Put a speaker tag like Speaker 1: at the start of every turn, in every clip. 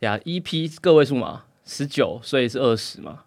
Speaker 1: 呀，EP 个位数嘛，十九，所以是二十嘛，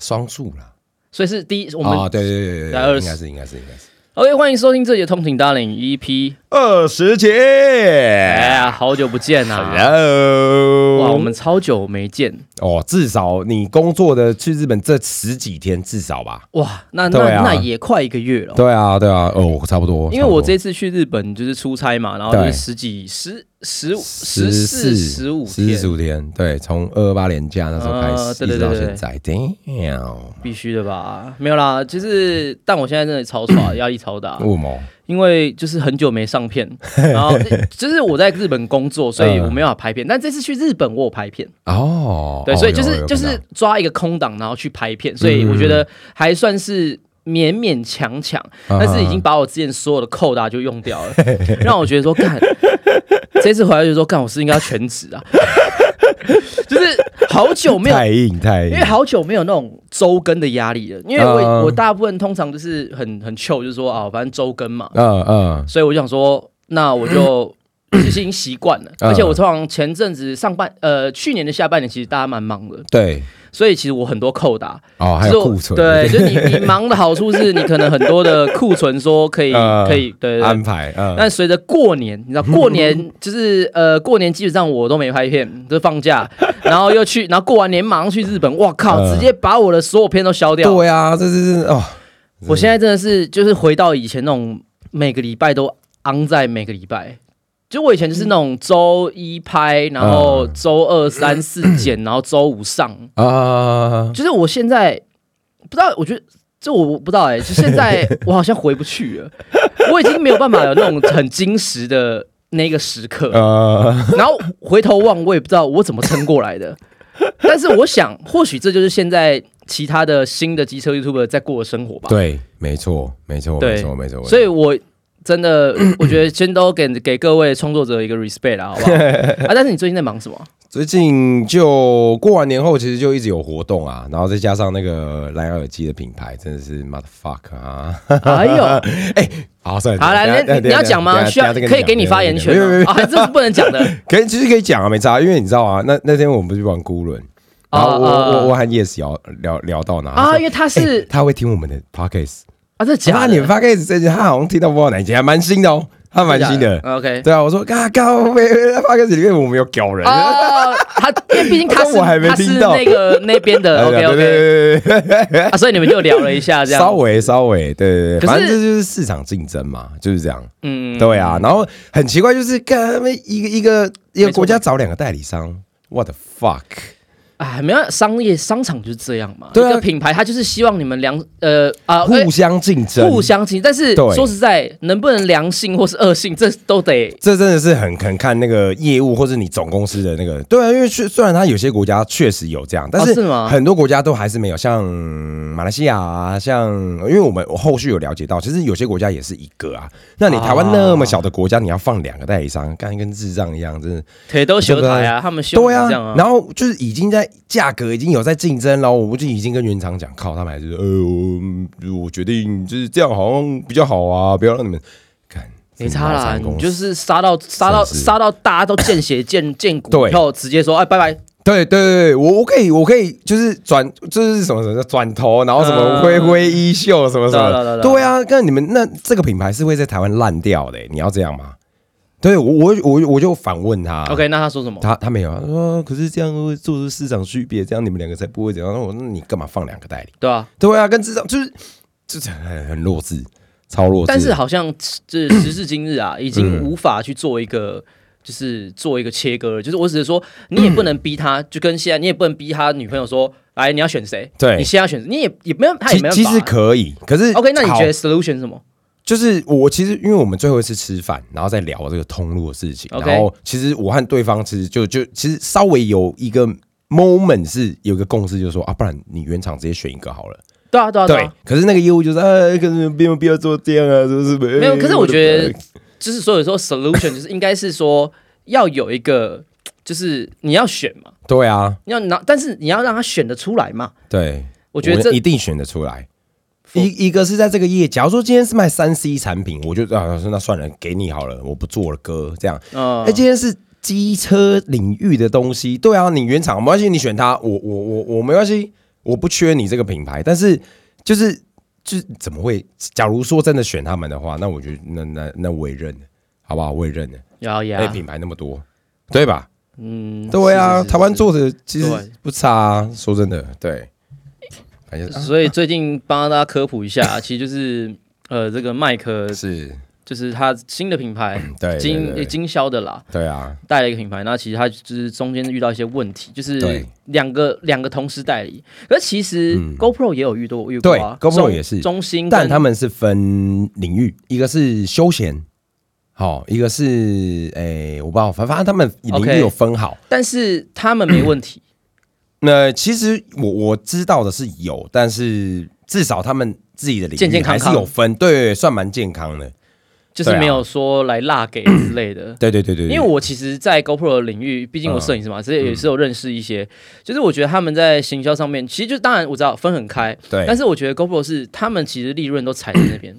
Speaker 2: 双数啦。
Speaker 1: 所以是第一我们、
Speaker 2: 哦，对对对对
Speaker 1: 来二
Speaker 2: 对，
Speaker 1: 十
Speaker 2: 应该是应该是应该是
Speaker 1: OK，欢迎收听这集的通勤 Darling EP，
Speaker 2: 二十节。
Speaker 1: 哎呀，好久不见呐、
Speaker 2: Hello，
Speaker 1: 哇，我们超久没见，
Speaker 2: 哦，至少你工作的去日本这十几天，至少吧？
Speaker 1: 哇，那那、
Speaker 2: 对啊
Speaker 1: 那也快一个月了哦。
Speaker 2: 对啊，对啊，哦，差不多。
Speaker 1: 因为我
Speaker 2: 差不多
Speaker 1: 这次去日本就是出差嘛，然后就是
Speaker 2: 对
Speaker 1: 十几十十十四十五
Speaker 2: 十
Speaker 1: 天
Speaker 2: 四，五天，对，从二二八年假那时候开始，
Speaker 1: 啊对对
Speaker 2: 一直到
Speaker 1: 对对
Speaker 2: 现在，damn，
Speaker 1: 必须的吧？没有啦，就是但我现在真的超 爽，压力超大。
Speaker 2: 为什么？
Speaker 1: 因为就是很久没上片，然 后就是我在日本工作，所以
Speaker 2: 嗯
Speaker 1: 我没有办法拍片。但这次去日本，我有拍片，
Speaker 2: 哦，
Speaker 1: 对，
Speaker 2: 哦
Speaker 1: 所以就是
Speaker 2: 有有嗯
Speaker 1: 就是
Speaker 2: 看到
Speaker 1: 抓一个空档，然后去拍片，所以我觉得还算是。勉勉强强，
Speaker 2: 啊
Speaker 1: 但是已经把我之前所有的扣打就用掉了，让我觉得说干， 这次回来就说干，我是应该要全职啊， 就是好久没有
Speaker 2: 太硬太
Speaker 1: 因
Speaker 2: 硬
Speaker 1: 为，好久没有那种周更的压力了，因为我、
Speaker 2: 嗯
Speaker 1: 我大部分通常就是很很 chill，就是说啊，反正周更嘛，
Speaker 2: 嗯嗯，
Speaker 1: 所以我就想说，那我 就 已经习惯了，
Speaker 2: 嗯
Speaker 1: 而且我通常前阵子上半呃去年的下半年其实大家蛮忙的，
Speaker 2: 对，
Speaker 1: 所以其实我很多扣打，
Speaker 2: 哦，还
Speaker 1: 就是
Speaker 2: 有
Speaker 1: 我
Speaker 2: 库存，
Speaker 1: 对，就是你你忙的好处是你可能很多的库存说 可以、
Speaker 2: 嗯
Speaker 1: 可以对对对
Speaker 2: 安排，嗯，
Speaker 1: 但随着过年，你知道过年就是呃，过年基本上我都没拍片，就是放 假，然后又去，然后过完年马上去日本，哇靠，
Speaker 2: 嗯
Speaker 1: 直接把我的所有片都消掉。
Speaker 2: 对啊，这是哦，
Speaker 1: 我现在真的是就是回到以前那种每个礼拜都昂在每个礼拜，就我以前就是那种周一拍，然后周二三四剪，然后周五上，
Speaker 2: 啊，
Speaker 1: 就是我现在不知道，我觉得这我不知道哎、就现 在我好像回不去了，我已经没有办法有那种很矜持的那个时刻，
Speaker 2: 呃，
Speaker 1: 然后回头望，我也不知道我怎么撑过来的。但是我想，或许这就是现在其他的新的机车 YouTuber 在过的生活吧。
Speaker 2: 对，没错，没错，
Speaker 1: 对
Speaker 2: 没错，没错，
Speaker 1: 所以我真的我觉得先都给给各位创作者一个 respect 啦，好不好？啊，但是你最近在忙什 么？
Speaker 2: 最近就过完年后，其实就一直有活动啊，然后再加上那个蓝牙耳机的品牌，真的是 motherfuck 啊！
Speaker 1: 哎呦，
Speaker 2: 好，算了，
Speaker 1: 好
Speaker 2: 等一下
Speaker 1: 来，那
Speaker 2: 等一
Speaker 1: 你
Speaker 2: 下
Speaker 1: 你要
Speaker 2: 等一下
Speaker 1: 讲吗？
Speaker 2: 等一
Speaker 1: 需
Speaker 2: 下
Speaker 1: 要
Speaker 2: 等一下这个
Speaker 1: 可以
Speaker 2: 讲
Speaker 1: 给你发言权
Speaker 2: 没有没有没
Speaker 1: 吗
Speaker 2: 有
Speaker 1: 啊，还这是不能讲的。
Speaker 2: 可以，其实可以讲啊，没差，因为你知道啊，那那天我们不是玩孤轮，然后我、
Speaker 1: 哦哦
Speaker 2: 我我和 Yes 聊聊聊到哪
Speaker 1: 啊，因
Speaker 2: 他说
Speaker 1: 为他
Speaker 2: 欸
Speaker 1: 是
Speaker 2: 他会听我们的 podcast，
Speaker 1: 啊，这
Speaker 2: 啊
Speaker 1: 假
Speaker 2: 你
Speaker 1: 的
Speaker 2: 的 podcast 最近他好像听到不知道哪一集，还蛮新的哦，他蛮新的。
Speaker 1: o k
Speaker 2: 对啊，我说嘎嘎，我们 podcast 里面我们有屌人，
Speaker 1: 哦，他因为毕竟他是
Speaker 2: 我还没
Speaker 1: 他是
Speaker 2: 听到
Speaker 1: 那个那边的
Speaker 2: 哎
Speaker 1: ，OK
Speaker 2: 对
Speaker 1: OK，
Speaker 2: 对对对对。
Speaker 1: 啊，所以你们就聊了一 下这样，
Speaker 2: 稍微稍微，
Speaker 1: 可是
Speaker 2: 对对对，反正这就是市场竞争嘛，就是这样。
Speaker 1: 嗯，
Speaker 2: 对啊，然后很奇怪，就是干他们一个一个一
Speaker 1: 没
Speaker 2: 个
Speaker 1: 错
Speaker 2: 国家找两个代理商，what the fuck？
Speaker 1: 哎，没有商业商场就是这样嘛，
Speaker 2: 对啊
Speaker 1: 一个品牌它就是希望你们良呃啊
Speaker 2: 互相竞
Speaker 1: 哎
Speaker 2: 争，
Speaker 1: 互相亲，但是
Speaker 2: 对
Speaker 1: 说实在，能不能良性或是恶性，这都得
Speaker 2: 这真的是很很看那个业务或者你总公司的那个，对啊，因为虽虽然它有些国家确实有这样，但
Speaker 1: 哦是
Speaker 2: 是
Speaker 1: 吗
Speaker 2: 很多国家都还是没有，像马来西亚啊，像因为我们我后续有了解到，其实有些国家也是一个啊，那你台湾那么小的国家，你要放两个代理商，干跟智障一样，真的。
Speaker 1: 腿都修台啊，他们修
Speaker 2: 对
Speaker 1: 成
Speaker 2: 啊
Speaker 1: 这样啊，
Speaker 2: 然后就是已经在价格已经有在竞争，然后我们就已经跟原厂讲，靠，他们还是呃，呃我我决定就是这样，好像比较好啊，不要让你们看，
Speaker 1: 没差
Speaker 2: 这
Speaker 1: 啦
Speaker 2: 么脑残，公
Speaker 1: 你
Speaker 2: 司
Speaker 1: 就
Speaker 2: 啊
Speaker 1: 是杀到杀到
Speaker 2: 是
Speaker 1: 杀到大家都见血见见骨，
Speaker 2: 对
Speaker 1: 然后直接说哎拜拜，
Speaker 2: 对对对，对我我可以我可以就是转就是什么什么转头，然后什么
Speaker 1: 嗯
Speaker 2: 挥挥衣袖什么什
Speaker 1: 对对
Speaker 2: 么，
Speaker 1: 对对
Speaker 2: 对啊，那你们那这个品牌是会在台湾烂掉的，欸你要这样吗？对我我我我就反问他
Speaker 1: OK，那他说什么？
Speaker 2: 啊他他没有啊，他说可是这样会做出市场区别，这样你们两个才不会怎样。那我说那你干嘛放两个代理？
Speaker 1: 对啊，
Speaker 2: 对啊，跟智障就是就是很很弱智，超弱智。
Speaker 1: 但是好像这时至今日啊，已经无法去做一个。
Speaker 2: 嗯
Speaker 1: 就是做一个切割了，就是我只是说，你也不能逼他，就跟现在你也不能逼他女朋友说，来你要选谁，
Speaker 2: 对
Speaker 1: 你现在要选谁，你也也没有，他也没
Speaker 2: 其
Speaker 1: 有啊
Speaker 2: 其实可以，可是
Speaker 1: 哦 OK，那你
Speaker 2: 好
Speaker 1: 觉得 solution 是什么？
Speaker 2: 就是我其实因为我们最后一次吃饭，然后再聊这个通路的事情
Speaker 1: OK
Speaker 2: 然后其实我和对方其实就就其实稍微有一个 moment 是有一个共识，就是说啊，不然你原厂直接选一个好了。
Speaker 1: 对啊，对啊，对
Speaker 2: 对
Speaker 1: 啊，，
Speaker 2: 可是那个业务就是啊，可是没有必要做这样啊，是不是？没
Speaker 1: 没有可是我觉得就是所以说 solution 就是应该是说要有一个，就是你要选嘛，
Speaker 2: 对啊，
Speaker 1: 你要拿，但是你要让他选得出来嘛。
Speaker 2: 对，
Speaker 1: 我觉得
Speaker 2: 们
Speaker 1: 这
Speaker 2: 一定选得出来。一一个是在这个业，假如说今天是卖三 C 产品，我就啊，那算了，给你好了，我不做了，哥，这样。
Speaker 1: 呃
Speaker 2: 那，今天是机车领域的东西，对啊，你原厂没关系，你选它，我我我我没关系，我不缺你这个品牌，但是就是就是怎么会？假如说真的选他们的话，那我觉得那那那我也认了，好不好？我也认了，
Speaker 1: 要
Speaker 2: 哎、
Speaker 1: 呀，
Speaker 2: 品牌那么多，对吧？
Speaker 1: 啊嗯，
Speaker 2: 对
Speaker 1: 是
Speaker 2: 啊，
Speaker 1: 是是
Speaker 2: 台湾做的其实
Speaker 1: 对
Speaker 2: 不差、啊，说真的，对，感觉、啊
Speaker 1: 所以最近帮大家科普一下，啊其实就是呃，这个麦克
Speaker 2: 是，
Speaker 1: 就是它新的品牌，
Speaker 2: 对对
Speaker 1: 经
Speaker 2: 对
Speaker 1: 经销的啦，
Speaker 2: 对啊，
Speaker 1: 带了一个品牌，那其实它就是中间遇到一些问题，就是
Speaker 2: 对
Speaker 1: 两个两个同时代理，可是其实
Speaker 2: 嗯
Speaker 1: GoPro 也有遇到遇过啊
Speaker 2: 对，GoPro
Speaker 1: 中
Speaker 2: 也是
Speaker 1: 中兴跟，
Speaker 2: 但他们是分领域，一个是休闲。好、一个是诶、我不知道，反反正他们领
Speaker 1: OK
Speaker 2: 域有分好。
Speaker 1: 但是他们没问 题，
Speaker 2: 那其实我我知道的是有，但是至少他们自己的领
Speaker 1: 健
Speaker 2: 域
Speaker 1: 健康
Speaker 2: 还
Speaker 1: 康
Speaker 2: 是有分，对，算蛮健康的。
Speaker 1: 就是没有说来辣给之类的。
Speaker 2: 对对对啊对，嗯
Speaker 1: 因为我其实，在 GoPro 的领域，毕竟我摄影师嘛，所以也是有认识一些。就是我觉得他们在行销上面，其实就当然我知道分很开，
Speaker 2: 对，
Speaker 1: 但
Speaker 2: 是
Speaker 1: 是我觉得 GoPro 是他们其实利润都踩在那 边，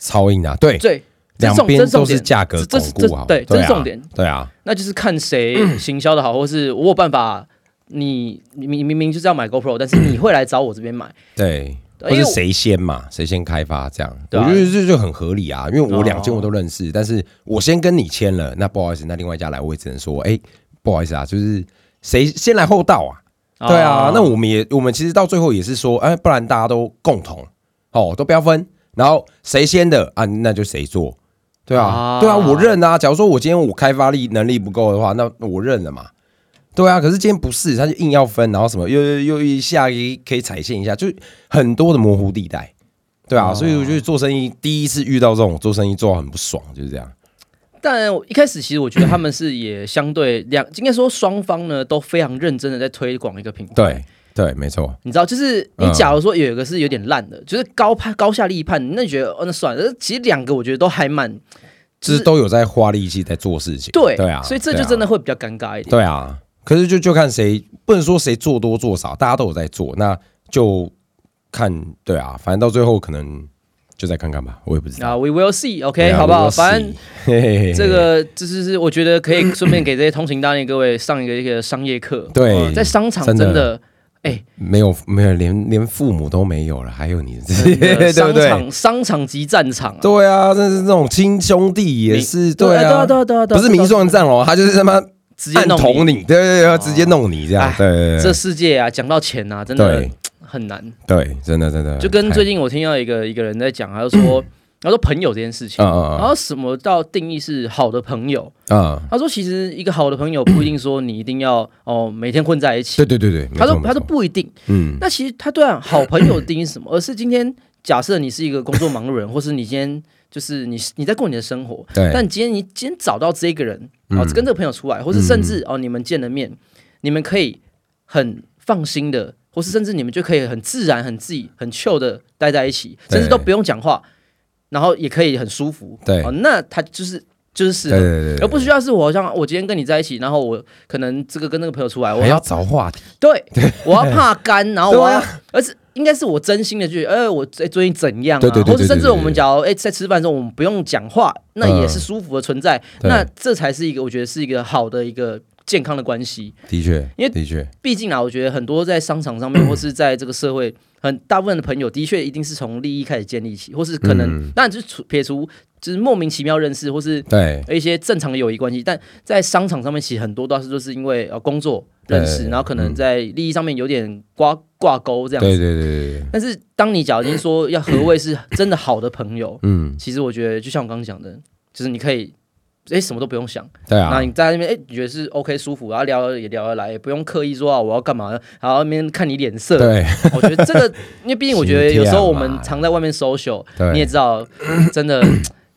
Speaker 2: 超硬啊，对，
Speaker 1: 对，这
Speaker 2: 两
Speaker 1: 重
Speaker 2: 边
Speaker 1: 这重
Speaker 2: 都是
Speaker 1: 点
Speaker 2: 价格
Speaker 1: 这
Speaker 2: 巩
Speaker 1: 是这
Speaker 2: 固好，
Speaker 1: 对这是
Speaker 2: 啊
Speaker 1: 重点，
Speaker 2: 对啊，
Speaker 1: 那就是看 谁行销的好，或是我有办法，你你你明明就是要买 GoPro，但是你会来找我这边买，
Speaker 2: 对，
Speaker 1: 因
Speaker 2: 或
Speaker 1: 为
Speaker 2: 是
Speaker 1: 我
Speaker 2: 谁先嘛，谁先开发这样，
Speaker 1: 对啊
Speaker 2: 我觉得这就很合理啊，因为
Speaker 1: 哦
Speaker 2: 我两间我都认识，但是我先跟你签了，那不好意思，那另外一家来我也只能说，哎，不好意思啊，就是谁先来后到啊， 对啊
Speaker 1: 哦，
Speaker 2: 那我们也我们其实到最后也是说，哎，不然大家都共同哦，都不要分，然后谁先的啊，那就谁做，对啊，
Speaker 1: 啊
Speaker 2: 对啊，我认啊。假如说我今天我开发力能力不够的话，那我认了嘛。对啊，可是今天不是，他就硬要分，然后什么又又又一下一可以踩线一下，就很多的模糊地带，对啊，
Speaker 1: 哦
Speaker 2: 所以我觉得做生意第一次遇到这种做生意做到很不爽，就是这样。
Speaker 1: 但我一开始其实我觉得他们是也相对两，应该说双方呢都非常认真的在推广一个品牌，
Speaker 2: 对嗯对，没错，
Speaker 1: 你知道，就是你假如说有一个是有点烂的，就是高攀高下立判，那你觉得哦那算了，但是其实两个我觉得都还蛮
Speaker 2: 就是都有在花力气在做事情，
Speaker 1: 对
Speaker 2: 对啊，
Speaker 1: 所以这
Speaker 2: 对
Speaker 1: 就
Speaker 2: 啊
Speaker 1: 真的会比较尴尬一点。
Speaker 2: 对啊，可是就就看谁，不能说谁做多做少，大家都有在做，那就看对啊，反正到最后可能就再看看吧，我也不知道。
Speaker 1: 啊，We will see，OK，、
Speaker 2: 对啊
Speaker 1: 好不好？
Speaker 2: 我死
Speaker 1: 反正
Speaker 2: 嘿嘿嘿
Speaker 1: 这个就是是，我觉得可以顺便给这些通勤搭理各位上一个一个商业课。
Speaker 2: 对
Speaker 1: 哦在商场
Speaker 2: 真的
Speaker 1: 真的，哎，
Speaker 2: 没有没有，连连父母都没有了，还有你，
Speaker 1: 真的
Speaker 2: 对不
Speaker 1: 商
Speaker 2: 对？
Speaker 1: 场商场即战场啊，
Speaker 2: 对啊，真是那种亲兄弟也是
Speaker 1: 对
Speaker 2: 对
Speaker 1: 啊，对啊，对啊，对啊，
Speaker 2: 不是明算账哦，他就是他妈
Speaker 1: 直接
Speaker 2: 暗
Speaker 1: 弄
Speaker 2: 捅
Speaker 1: 你。
Speaker 2: 你，对对对，直接弄你这样
Speaker 1: 哎，
Speaker 2: 对对
Speaker 1: 这
Speaker 2: 对
Speaker 1: 世界啊，讲到钱啊，真的
Speaker 2: 对
Speaker 1: 很难。
Speaker 2: 对，真的真的，
Speaker 1: 就跟最
Speaker 2: 近
Speaker 1: 近我听到一个一个人在讲，他就说，他说朋友这件事情
Speaker 2: 嗯，嗯
Speaker 1: 然后什么到定义是好的朋友？
Speaker 2: 嗯嗯，
Speaker 1: 他说其实一个好的朋友不一定说你一定要哦每天混在一起
Speaker 2: 对。对对对，没
Speaker 1: 他说
Speaker 2: 错
Speaker 1: 他说
Speaker 2: 没错
Speaker 1: 不一定。
Speaker 2: 嗯
Speaker 1: 那其实他对啊，好 朋友的定义是什么？而是今天假设你是一个工作忙碌人，或 是你今天就是你你在过你的生活，
Speaker 2: 对，嗯
Speaker 1: 但今天你今天找到这个人，哦，跟这个朋友出来，或是甚至哦你们见了面，你们可以很放心的，或是甚至你们就可以很自然、很自己、很 chill 的待在一起，
Speaker 2: 对
Speaker 1: 甚至都不用讲话，然后也可以很舒服。
Speaker 2: 对
Speaker 1: 哦，那他就是就是适
Speaker 2: 对
Speaker 1: 合。
Speaker 2: 对对对，
Speaker 1: 而不需要是我好像我今天跟你在一起，然后我可能这个跟那个朋友出来，我
Speaker 2: 还
Speaker 1: 要
Speaker 2: 要找话题，
Speaker 1: 对，我要怕干，然后我要
Speaker 2: 对啊，
Speaker 1: 而是应该是我真心的去，呃，我最最近怎样啊？
Speaker 2: 对对对对
Speaker 1: 或者甚至
Speaker 2: 对对
Speaker 1: 我们假如哎在吃饭的时候，我们不用讲话，那也是舒服的存在。
Speaker 2: 嗯对
Speaker 1: 那这才是一个我觉得是一个好的一个健康的关系。
Speaker 2: 的确，
Speaker 1: 因为
Speaker 2: 的确，
Speaker 1: 毕竟啊，我觉得很多在商场上 面或是在这个社会，很大部分的朋友的确一定是从利益开始建立起，或是可
Speaker 2: 嗯
Speaker 1: 能当然就是除撇除就是莫名其妙认识或是。
Speaker 2: 对
Speaker 1: 呃一些正常的友谊关系，但在商场上面，其实很多都是就是因为呃工作认识，
Speaker 2: 对嗯
Speaker 1: 然后可能在利益上面有点挂挂钩这样
Speaker 2: 对对
Speaker 1: 子。
Speaker 2: 对对嗯对，
Speaker 1: 但是当你假如已经说要何谓是真的好的朋友，
Speaker 2: 嗯，
Speaker 1: 其实我觉得就像我刚刚讲的，就是你可以。哎，什么都不用想，
Speaker 2: 对
Speaker 1: 那、
Speaker 2: 啊，
Speaker 1: 你在那边哎，你觉得是 OK 舒服，然后聊也聊得来，也不用刻意说啊我要干嘛，然后那边看你脸色。
Speaker 2: 对
Speaker 1: 我觉得这个，因为毕竟我觉得有时候我们常在外面 social，
Speaker 2: 对，
Speaker 1: 你也知道，真 的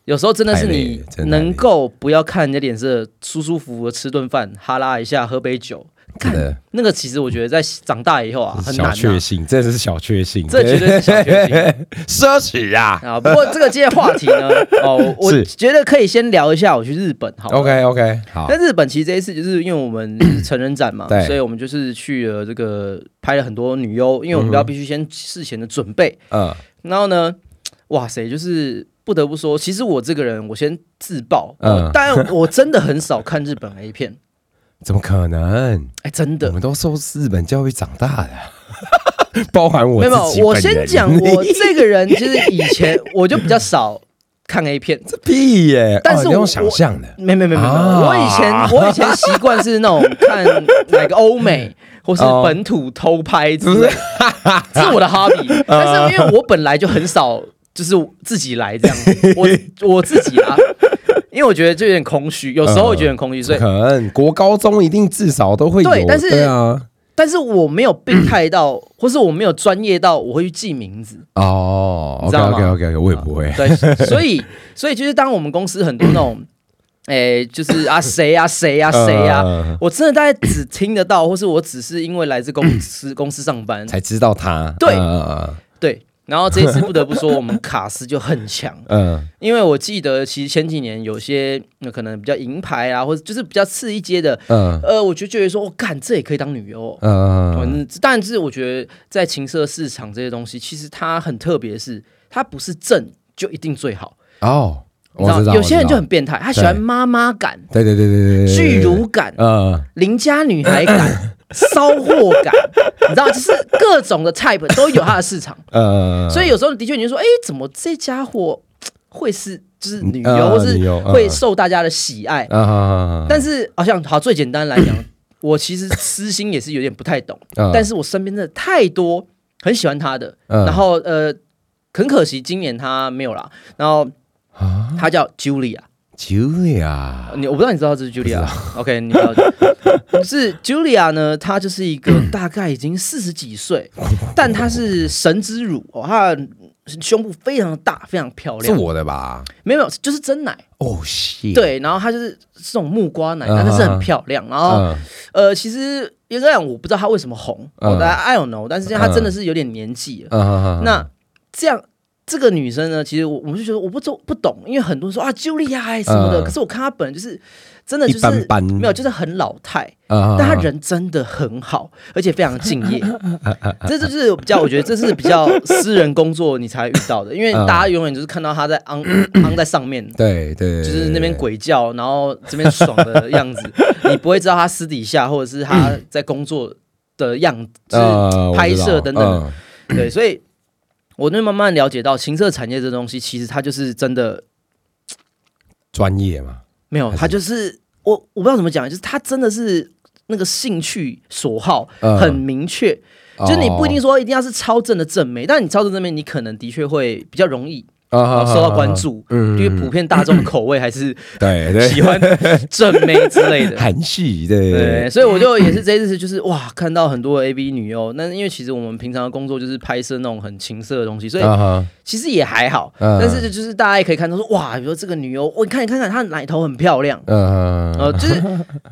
Speaker 1: 有时候真的是
Speaker 2: 太累
Speaker 1: 你
Speaker 2: 了真的太累
Speaker 1: 能够不要看人家脸色，舒舒服服的吃顿饭，哈拉一下，喝杯酒，
Speaker 2: 真的
Speaker 1: 那个其实我觉得在长大以后啊，很难、
Speaker 2: 小
Speaker 1: 啊。
Speaker 2: 确幸，这是小确幸，
Speaker 1: 这绝对是小确幸
Speaker 2: 奢侈啊。
Speaker 1: 啊！不过这个今天的话题 呢，哦，我
Speaker 2: 是
Speaker 1: 觉得可以先聊一下我去日本好了。
Speaker 2: OK OK，好哦
Speaker 1: 那，日本其实这一次就是因为我们是成人展嘛
Speaker 2: 对，
Speaker 1: 所以我们就是去了这个拍了很多女优，因为我们要必须先事前的准备。
Speaker 2: 嗯，
Speaker 1: 然后呢，哇塞，就是不得不说，其实我这个人，我先自爆，
Speaker 2: 嗯
Speaker 1: 嗯，但我真的很少看日本 A 片，
Speaker 2: 怎么可能？
Speaker 1: 哎，真
Speaker 2: 我
Speaker 1: 的。
Speaker 2: 们都受日本教育长大的 啊，包含我
Speaker 1: 没有，
Speaker 2: 自己
Speaker 1: 没有我
Speaker 2: 本
Speaker 1: 先
Speaker 2: 人
Speaker 1: 讲，我这个人其实以前我就比较少看 A 片，
Speaker 2: 屁耶！
Speaker 1: 但
Speaker 2: 哦
Speaker 1: 是我
Speaker 2: 你用想象的，
Speaker 1: 没没没没没，
Speaker 2: 啊
Speaker 1: 我以前 我以前习惯是那种看哪个欧美或是
Speaker 2: 哦
Speaker 1: 本土偷拍之类的， 这是我的 hobby。但是因为我本来就很少就是自己来这样，我我自己啊，因为我觉得就有点空虚，有时候会觉得很空虚，所
Speaker 2: 怎么
Speaker 1: 以
Speaker 2: 可能国高中一定至少都会有，
Speaker 1: 对但是
Speaker 2: 对啊，
Speaker 1: 但是我没有病态到，或是我没有专业到，我会去记名字。
Speaker 2: 哦
Speaker 1: 你知
Speaker 2: ，OK
Speaker 1: 道吗
Speaker 2: OK OK OK，我也不会，
Speaker 1: 对，所以所以就是当我们公司很多那种，诶、就是啊谁啊谁啊谁啊，
Speaker 2: 呃
Speaker 1: 我真的大概只听得到，或是我只是因为来自公司 公司上班，
Speaker 2: 嗯才知道他，
Speaker 1: 对
Speaker 2: 嗯
Speaker 1: 对。然后这一次不得不说，我们卡斯就很 强，
Speaker 2: 嗯
Speaker 1: 因为我记得其实前几年有些呃可能比较银牌啊，或者就是比较次一阶的，
Speaker 2: 嗯
Speaker 1: 呃，我就觉得说，我、干这也可以当女优哦、
Speaker 2: 嗯
Speaker 1: 嗯，但是我觉得在情色市场这些东西，其实它很特别的是，它不是正就一定最好，
Speaker 2: 哦，
Speaker 1: 你
Speaker 2: 我知道，
Speaker 1: 有些人就
Speaker 2: 我
Speaker 1: 很
Speaker 2: 知
Speaker 1: 变态，他喜欢
Speaker 2: 对
Speaker 1: 妈妈感、
Speaker 2: 道对对对对对对，
Speaker 1: 巨乳感、
Speaker 2: 呃
Speaker 1: 邻家女孩 感、骚货感， 你知道，就是各种的 type 都有它的市场。
Speaker 2: 呃，
Speaker 1: 所以有时候的确你就说，哎，怎么这家伙会是就是女
Speaker 2: 嗯
Speaker 1: 优，
Speaker 2: 呃
Speaker 1: 或是
Speaker 2: 女优嗯
Speaker 1: 会受大家的喜爱？
Speaker 2: 啊啊啊，
Speaker 1: 但是好像好最简单来 讲，我其实私心也是有点不太懂，
Speaker 2: 但
Speaker 1: 但是我身边真的太多很喜欢他的，
Speaker 2: 嗯
Speaker 1: 然后呃，很可惜今年他没有啦。然后
Speaker 2: 啊
Speaker 1: 他叫 Julia。
Speaker 2: ，Julia，
Speaker 1: 你我不知道你知道这是 Julia，OK，、你知道， 是 Julia 呢？她就是一个大概已经四十几岁，但她是神之乳哦，她的胸部非常大，非常漂
Speaker 2: 是
Speaker 1: 亮。
Speaker 2: 我的吧？
Speaker 1: 没有，没有，就是真奶。
Speaker 2: 哦，是，，
Speaker 1: 对，然后她就是这种木瓜奶，
Speaker 2: 嗯
Speaker 1: 但是很漂亮。然后、
Speaker 2: 嗯
Speaker 1: 呃，其实应该讲，我不知道她为什么红，
Speaker 2: 嗯
Speaker 1: 我大家 I don't know，但是她真的是有点年纪了。
Speaker 2: 嗯嗯，
Speaker 1: 那这样。这个女生呢，其实我我就觉得我不懂不懂，因为很多人说啊，Julia 哎什么的，
Speaker 2: 嗯
Speaker 1: 可是我看她本人就是真的
Speaker 2: 一
Speaker 1: 就是
Speaker 2: 般般，
Speaker 1: 没有，就是很老态，
Speaker 2: 嗯，
Speaker 1: 但他
Speaker 2: 嗯
Speaker 1: 人真的很好，而且非常敬 业。这就是比较，我觉得这是比较私人工作你才遇到的，因为
Speaker 2: 嗯
Speaker 1: 大家永远就是看到他在 昂昂在上面，
Speaker 2: 对对，
Speaker 1: 就是那边鬼叫，然后这边爽的样子，你不会知道他私底下或者是他
Speaker 2: 嗯
Speaker 1: 在工作的样子，就是
Speaker 2: 呃
Speaker 1: 拍摄等等的， 对，所以我就慢慢了解到情色产业这东西，其实它就是真的
Speaker 2: 专业嘛，
Speaker 1: 没有，他就是我我不知道怎么讲，就是他真的是那个兴趣所好
Speaker 2: 嗯
Speaker 1: 很明确，就是你不一定
Speaker 2: 哦
Speaker 1: 说一定要是超正的正妹，但你超正正妹，你可能的确会比较容易
Speaker 2: 啊
Speaker 1: 哦受到关，注，
Speaker 2: 嗯
Speaker 1: 因为普遍大众的口味还是
Speaker 2: 对对，
Speaker 1: 喜 欢正妹之类的。
Speaker 2: 韩系，对
Speaker 1: 对，，所以我就也是这一次就是哇，看到很多 A B 女优，那因为其实我们平常的工作就是拍摄那种很情色的东西，所以
Speaker 2: 啊哈，
Speaker 1: 其实也还好。
Speaker 2: 嗯
Speaker 1: 但是就是大家也可以看到说哇，比如说这个女优，我你看你看看她的奶头很漂亮，
Speaker 2: 嗯
Speaker 1: 呃，就是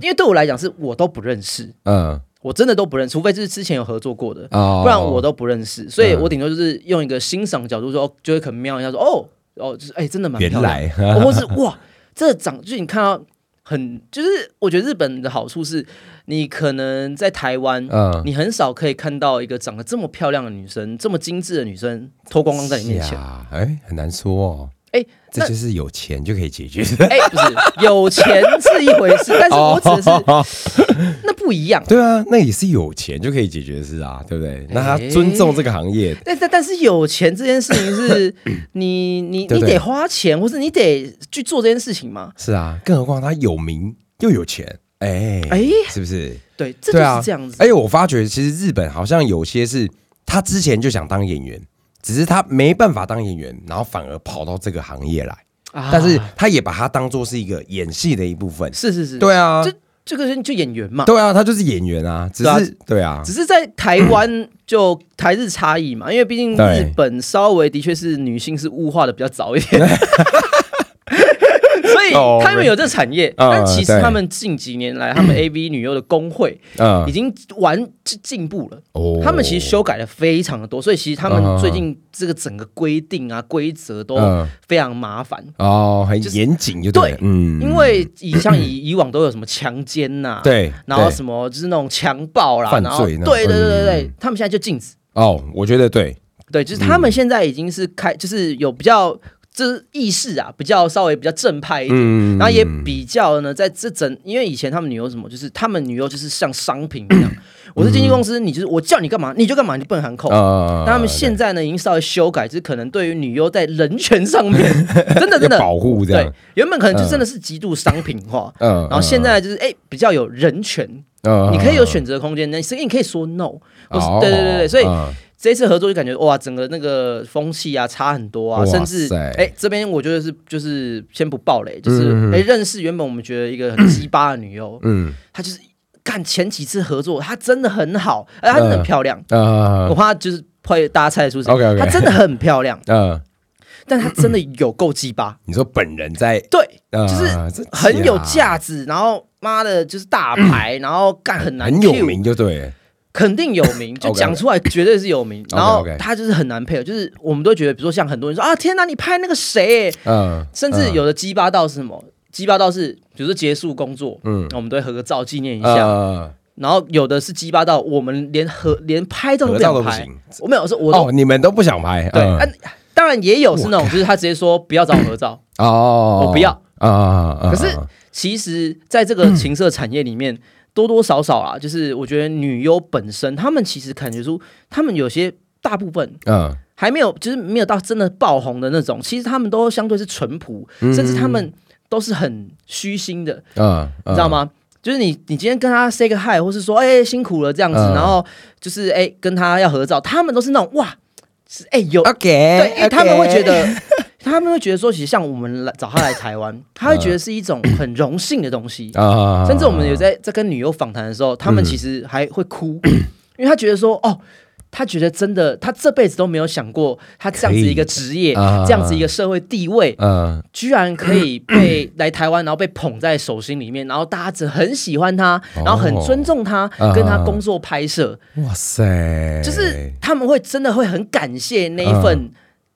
Speaker 1: 因为对我来讲，是我都不认识，
Speaker 2: 嗯
Speaker 1: 我真的都不认识，除非就是之前有合作过的，
Speaker 2: 哦，嗯
Speaker 1: 不然我都不认识，所以我顶多就是用一个欣赏角度说，哦就会很瞄一下说，哦，哦，就是哎、真的蛮
Speaker 2: 原
Speaker 1: 漂亮
Speaker 2: 来，
Speaker 1: 的，哦或是哇，这长就是你看到很，就是我觉得日本的好处是，你可能在台湾。
Speaker 2: 嗯，
Speaker 1: 你很少可以看到一个长得这么漂亮的女生，这么精致的女生脱光光在你面前。
Speaker 2: 呀，哎，很难说哦，
Speaker 1: 哎、
Speaker 2: 这就是有钱就可以解决，
Speaker 1: 哎、不是，有钱是一回事，但是我指的是、
Speaker 2: 哦
Speaker 1: 那不一样。
Speaker 2: 对啊，那也是有钱就可以解决的事啊，对不
Speaker 1: 哎
Speaker 2: 对？那他尊重这个行业，
Speaker 1: 但但但是有钱这件事情 是你你
Speaker 2: 对
Speaker 1: 你
Speaker 2: 不对
Speaker 1: 得花钱，或是你得去做这件事情嘛？
Speaker 2: 是啊，更何况他有名又有钱，哎
Speaker 1: 哎
Speaker 2: 是不是？
Speaker 1: 对，这就
Speaker 2: 对啊
Speaker 1: 是这样子。
Speaker 2: 哎，我发觉其实日本好像有些是他之前就想当演员，只是他没办法当演员，然后反而跑到这个行业来，
Speaker 1: 啊
Speaker 2: 但是他也把它当做是一个演戏的一部分。
Speaker 1: 是是是，
Speaker 2: 对啊，
Speaker 1: 这这个人就演员嘛，
Speaker 2: 对啊，他就是演员啊，只是对啊，
Speaker 1: 只是在台湾就台日差异嘛，因为毕竟
Speaker 2: 对
Speaker 1: 日本稍微的确是女性是物化的比较早一点。 所以
Speaker 2: 哦
Speaker 1: 他们有这产业，
Speaker 2: 嗯
Speaker 1: 但其实
Speaker 2: 对
Speaker 1: 他们近几年来，他 们 A V 女优的工会已
Speaker 2: 嗯，
Speaker 1: 经完进步了。
Speaker 2: 哦
Speaker 1: 他们其实修改的非常的多，所以其实他们
Speaker 2: 嗯
Speaker 1: 最近这个整个规定啊、规则都
Speaker 2: 嗯
Speaker 1: 非常麻烦。
Speaker 2: 哦很
Speaker 1: 就是
Speaker 2: 严谨，就了
Speaker 1: 对
Speaker 2: 嗯
Speaker 1: 因为以像以以往都有什么强奸呐、，
Speaker 2: 对，
Speaker 1: 然后
Speaker 2: 对
Speaker 1: 什么就是那种强暴啦，
Speaker 2: 犯
Speaker 1: 然后
Speaker 2: 罪
Speaker 1: 对
Speaker 2: 那种
Speaker 1: 对对对对，
Speaker 2: 嗯
Speaker 1: 他们现在就禁止，
Speaker 2: 哦，我觉得对，
Speaker 1: 对，就是他们现在已经是开，就是有比较这意识啊，比较稍微比较正派一点。
Speaker 2: 嗯
Speaker 1: 然后也比较呢，在这整，因为以前他们女优什么，就是他们女优就是像商品 一样，我是经纪公司，你就是我叫你干嘛你就干嘛，你不能喊口。
Speaker 2: 呃
Speaker 1: 那他们现在呢，已经稍微修改，就是可能对于女优在人权上 面，真的真
Speaker 2: 要
Speaker 1: 的
Speaker 2: 保护这
Speaker 1: 对
Speaker 2: 样，，
Speaker 1: 原本可能就真的是极度商品化，
Speaker 2: 嗯，
Speaker 1: 然后现在就是哎、比较有人权，
Speaker 2: 嗯
Speaker 1: 你可以有选择空间，那所以你可以说 no，或是
Speaker 2: 哦
Speaker 1: 对对对对，所以
Speaker 2: 嗯
Speaker 1: 这一次合作就感觉哇，整个那个风气啊差很多啊，
Speaker 2: 哇
Speaker 1: 甚至
Speaker 2: 塞
Speaker 1: 哎、这边我觉得是就是先不爆雷，就是哎、
Speaker 2: 嗯嗯嗯
Speaker 1: 认识原本我们觉得一个很鸡巴的女优，
Speaker 2: 嗯
Speaker 1: 她就是干前几次合作，她真的很好，而她真的很漂亮，
Speaker 2: 呃
Speaker 1: 我怕就是会大家猜得出谁
Speaker 2: OK，OK
Speaker 1: 她真的很漂亮，
Speaker 2: 呃，
Speaker 1: 但她真的有够鸡巴，
Speaker 2: 你说本人在，呃
Speaker 1: 对，
Speaker 2: 就
Speaker 1: 就是很有，
Speaker 2: 啊
Speaker 1: 价值，然后妈的就是大 牌，然后干很难
Speaker 2: 很有
Speaker 1: cue
Speaker 2: 名就对，
Speaker 1: 肯定有名，就
Speaker 2: OK，OK
Speaker 1: 讲出来绝对是有名。然后
Speaker 2: OK，OK
Speaker 1: 他就是很难配合，就是我们都觉得，比如说像很多人说啊，天哪，你拍那个谁、
Speaker 2: 嗯，
Speaker 1: 甚至有的鸡巴到是什么？鸡巴到是，比如说结束工作，
Speaker 2: 嗯
Speaker 1: 嗯，我们都会合个照纪念一下。
Speaker 2: 呃，
Speaker 1: 然后有的是鸡巴到，我们连合连拍照都
Speaker 2: 合
Speaker 1: 不
Speaker 2: 照
Speaker 1: 想
Speaker 2: 都不
Speaker 1: 拍。
Speaker 2: 行，
Speaker 1: 我没有我说，我都、
Speaker 2: 哦，你们都不想拍，
Speaker 1: 对、
Speaker 2: 嗯
Speaker 1: 啊，当然也有是那种，就是他直接说不要找我合 照。
Speaker 2: 哦，
Speaker 1: 我不要
Speaker 2: 啊啊，啊
Speaker 1: 可是其实，在这
Speaker 2: 嗯
Speaker 1: 个情色产业里面，多多少少啊，就是我觉得女优本身，她们其实感觉出，她们有些大部分
Speaker 2: 嗯
Speaker 1: 还没有，就是没有到真的爆红的那种。其实他们都相对是淳朴，甚至他们都是很虚心的，
Speaker 2: 嗯，
Speaker 1: 你知道吗？就是你，你今天跟他 say 个 hi，或是说哎、辛苦了这样子，
Speaker 2: 嗯
Speaker 1: 然后就是哎、跟他要合照，他们都是那种哇，是哎、有
Speaker 2: ？OK，
Speaker 1: 对，
Speaker 2: 哎
Speaker 1: 因为他们会觉得， 他们会觉得说，其实像我们来找他来台湾，他会觉
Speaker 2: 嗯
Speaker 1: 得是一种很荣幸的东西。
Speaker 2: 啊，
Speaker 1: 甚至我们有在在跟女优访谈的时候，他们其实还会 哭，因为他觉得说，哦，他觉得真的，他这辈子都没有想过，他这样子一个职业，
Speaker 2: 可以啊
Speaker 1: 这样子一个社会地位，
Speaker 2: 嗯
Speaker 1: 居然可以被来台湾，然后被捧在手心里面，然后大家只很喜欢他，然后很尊重他，
Speaker 2: 哦啊哎
Speaker 1: 跟他工作拍摄，
Speaker 2: 哇塞，
Speaker 1: 就是他们会真的会很感谢那一份